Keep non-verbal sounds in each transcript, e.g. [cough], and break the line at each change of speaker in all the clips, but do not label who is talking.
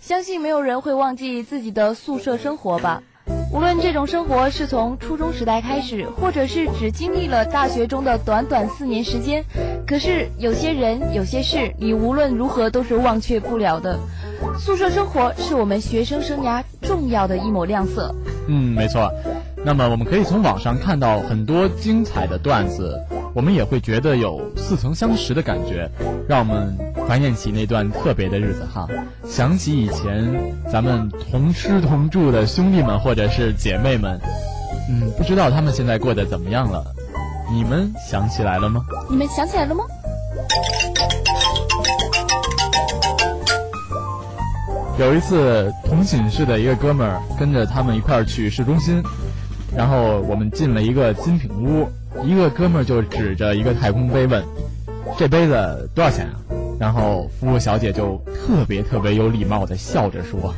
相信没有人会忘记自己的宿舍生活吧。无论这种生活是从初中时代开始，或者是只经历了大学中的短短四年时间，可是有些人、有些事，你无论如何都是忘却不了的。宿舍生活是我们学生生涯重要的一抹亮色。
嗯，没错。那么我们可以从网上看到很多精彩的段子，我们也会觉得有似曾相识的感觉，让我们怀念起那段特别的日子哈，想起以前咱们同吃同住的兄弟们或者是姐妹们，嗯，不知道他们现在过得怎么样了，你们想起来了吗？
你们想起来了吗？
有一次，同寝室的一个哥们儿跟着他们一块儿去市中心，然后我们进了一个精品屋，一个哥们儿就指着一个太空杯问：“这杯子多少钱啊？”然后服务小姐就特别特别有礼貌的笑着说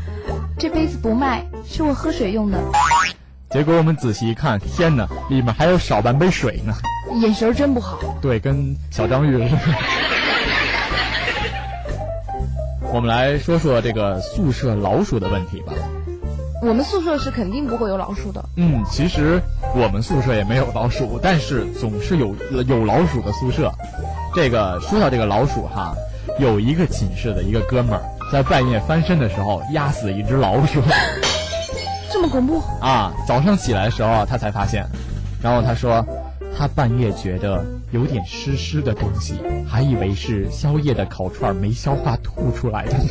这杯子不卖，是我喝水用的。：“
结果我们仔细一看，天哪，里面还有少半杯水呢。”
眼神儿真不好。
对，跟小章鱼似的。 [laughs] 我们来说说这个宿舍老鼠的问题吧。
我们宿舍是肯定不会有老鼠的。
嗯，其实我们宿舍也没有老鼠，但是总是有有老鼠的宿舍。这个说到这个老鼠哈，有一个寝室的一个哥们儿在半夜翻身的时候压死一只老鼠 [laughs]
这么恐怖？
啊，早上起来的时候他才发现，然后他说他半夜觉得有点湿湿的东西，还以为是宵夜的烤串儿没消化吐出来的。 [laughs]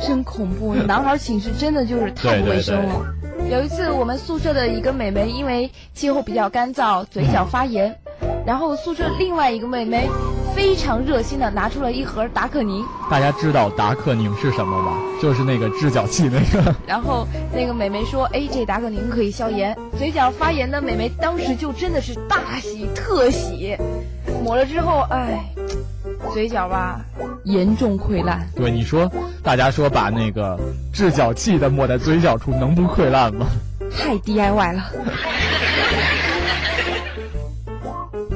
真恐怖！男孩寝室真的就是太不卫生了。有一次，我们宿舍的一个妹妹因为气候比较干燥，嘴角发炎，然后宿舍另外一个妹妹非常热心的拿出了一盒达可宁，
大家知道达克宁是什么吗？就是那个治脚气那个。
然后那个妹妹说：“哎，这达可宁可以消炎。”嘴角发炎的妹妹当时就真的是大喜特喜，抹了之后，哎，嘴角吧严重溃烂。
对，你说，大家说把那个治脚气的抹在嘴角处，能不溃烂吗？
太 DIY 了。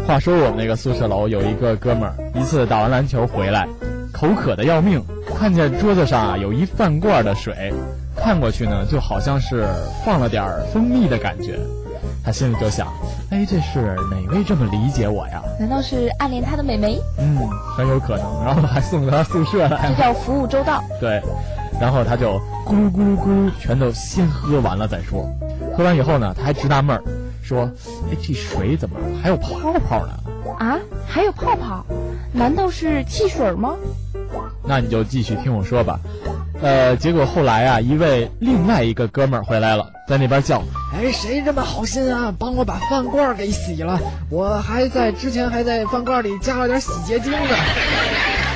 话说我们那个宿舍楼有一个哥们儿，一次打完篮球回来，口渴的要命，看见桌子上啊有一饭罐的水，看过去呢就好像是放了点儿蜂蜜的感觉，他心里就想，哎，这是哪位这么理解我呀？
难道是暗恋他的美眉？
嗯，很有可能，然后还送到他宿舍来
这
了。
叫服务周到。
对，然后他就咕噜咕噜咕噜，全都先喝完了再说。喝完以后呢，他还直纳闷儿，说：“哎，这水怎么还有泡泡呢
啊，还有泡泡，难道是汽水吗？？”
那你就继续听我说吧。呃，结果后来啊，一位另外一个哥们儿回来了，在那边叫
哎，谁这么好心啊，帮我把饭罐儿给洗了？我还在之前还在饭罐儿里加了点洗洁精呢。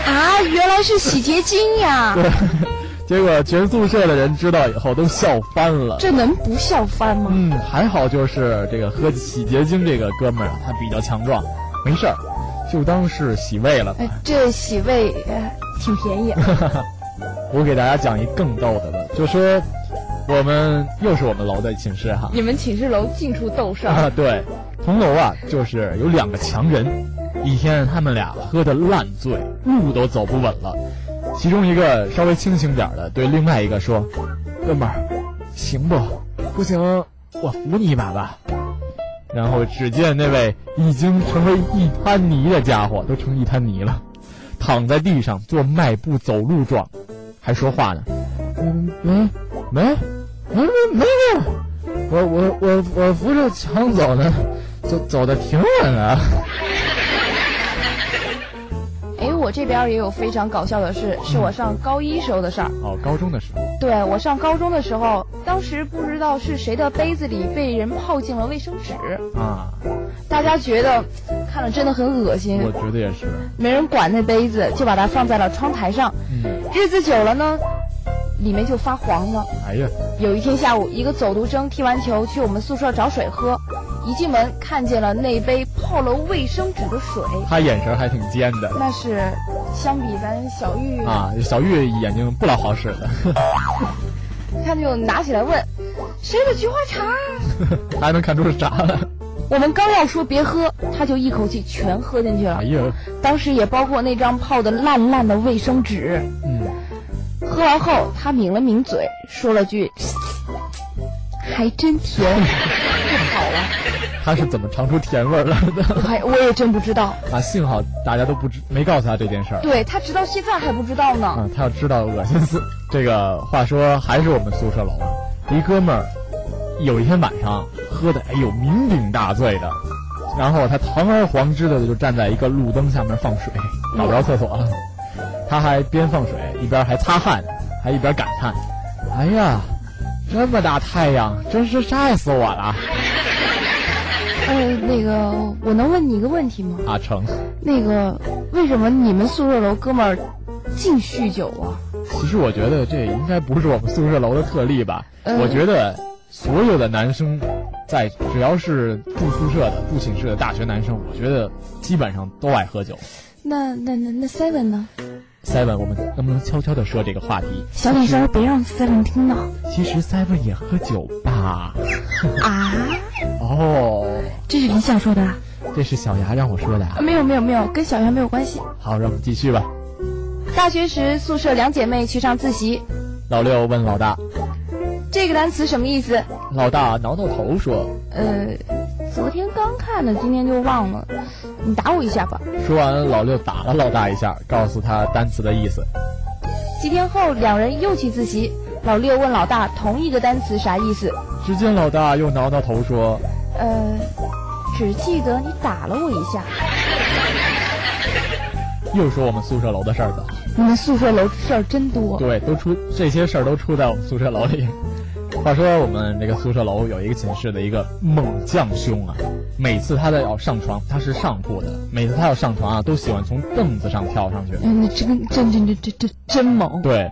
啊，原来是洗洁精呀！
对， [laughs] 结果全宿舍的人知道以后都笑翻了。
[laughs] 这能不笑翻吗？
嗯，还好就是这个喝洗洁精这个哥们儿啊，他比较强壮，没事儿，就当是洗胃了吧。
哎，这洗胃、呃、挺便宜。
我给大家讲一更逗的吧，就说我们又是我们楼的寝室哈，
[laughs] 你们寝室楼尽处斗事儿，
啊对，同楼啊就是有两个强人，一天他们俩喝得烂醉，路都走不稳了，其中一个稍微清醒点儿的对另外一个说：“哥们儿，行不？不行，我扶你一把吧。”然后只见那位已经成为一滩泥的家伙，都成一滩泥了，躺在地上做迈步走路状，还说话呢。嗯，没没没没没，我我我我扶着墙走呢，走走的挺稳啊。
[laughs] 哎，我这边儿也有非常搞笑的事，是我上高一时候的事儿。
哦，高中的时候，
对我上高中的时候，当时不知道是谁的杯子里被人泡进了卫生纸，
啊，
大家觉得看了真的很恶心，
我觉得也是，
没人管那杯子，就把它放在了窗台上。
嗯，
日子久了呢，里面就发黄了。
哎呀，
有一天下午，一个走读生踢完球去我们宿舍找水喝，一进门看见了那杯泡了卫生纸的水，
他眼神还挺尖的
那是相比咱小玉，
啊。小玉眼睛不老好使的，
他就拿起来问：“谁的菊花茶啊
他还能看出是啥来。？” [laughs]
我们刚要说别喝，他就一口气全喝进去了
哎，呀，
当时也包括那张泡的烂烂的卫生纸。
嗯，
喝完后，他抿了抿嘴，说了句：“还真甜， [laughs] 太好了。
他是怎么尝出甜味儿来的 [laughs]
我还我也真不知道，
啊？幸好大家都不知没告诉他这件事儿。
对他直到现在还不知道呢。
啊，他要知道恶心死。这个话说还是我们宿舍楼，一哥们儿有一天晚上喝的哎呦酩酊大醉的，然后他堂而皇之的就站在一个路灯下面放水，找不着厕所了，他还边放水一边还擦汗，还一边感叹：“哎呀，这么大太阳，真是晒死我了！”
呃，那个，我能问你一个问题吗？
阿成，
那个，为什么你们宿舍楼哥们儿净酗酒啊？
其实我觉得这应该不是我们宿舍楼的特例吧。
嗯
我觉得所有的男生，在只要是住宿舍的、住寝室的大学男生，我觉得基本上都爱喝酒。
那那那那 Seven 呢？
Seven，我们能不能悄悄地说这个话题？
小点声，别让 Seven 听到
其实 Seven 也喝酒吧？
啊！
哦，
这是李想说的啊？
这是小牙让我说的啊。
呃没有没有没有，跟小袁没有关系。
好，让我们继续吧。
大学时，宿舍两姐妹去上自习，
老六问老大，
这个单词什么意思？
老大挠挠头说，
呃，昨天刚看的，今天就忘了，你打我一下吧。
说完老六打了老大一下，告诉他单词的意思。
几天后，两人又去自习，老六问老大同一个单词啥意思，
只见老大又挠挠头说，
呃，只记得你打了我一下。
又说我们宿舍楼的事儿了。
你们宿舍楼事儿真多。
对，都出这些事儿都出在我们宿舍楼里。 [laughs] 话说我们这个宿舍楼有一个寝室的一个猛将兄啊，每次他都要上床，他是上铺的，每次他要上床啊，都喜欢从凳子上跳上去。
嗯，你真真真真真真真猛，
对，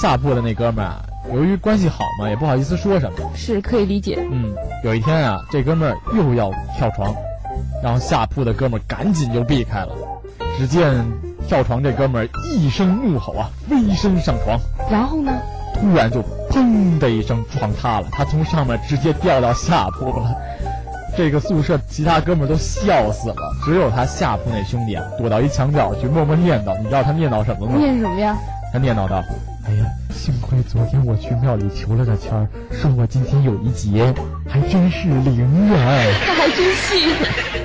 下铺的那哥们儿啊，由于关系好嘛，也不好意思说什么。
是可以理解。
嗯，有一天啊，这哥们儿又要跳床，然后下铺的哥们儿赶紧就避开了。只见跳床这哥们儿一声怒吼啊，飞身上床，
然后呢？
突然就砰的一声，床塌了，他从上面直接掉到下铺了。这个宿舍其他哥们儿都笑死了，只有他下铺那兄弟啊，躲到一墙角去默默念叨。你知道他念叨什么吗？
念什么呀？
他念叨道：“哎呀，幸亏昨天我去庙里求了个签儿，说我今天有一劫，还真是灵啊！
他还真信。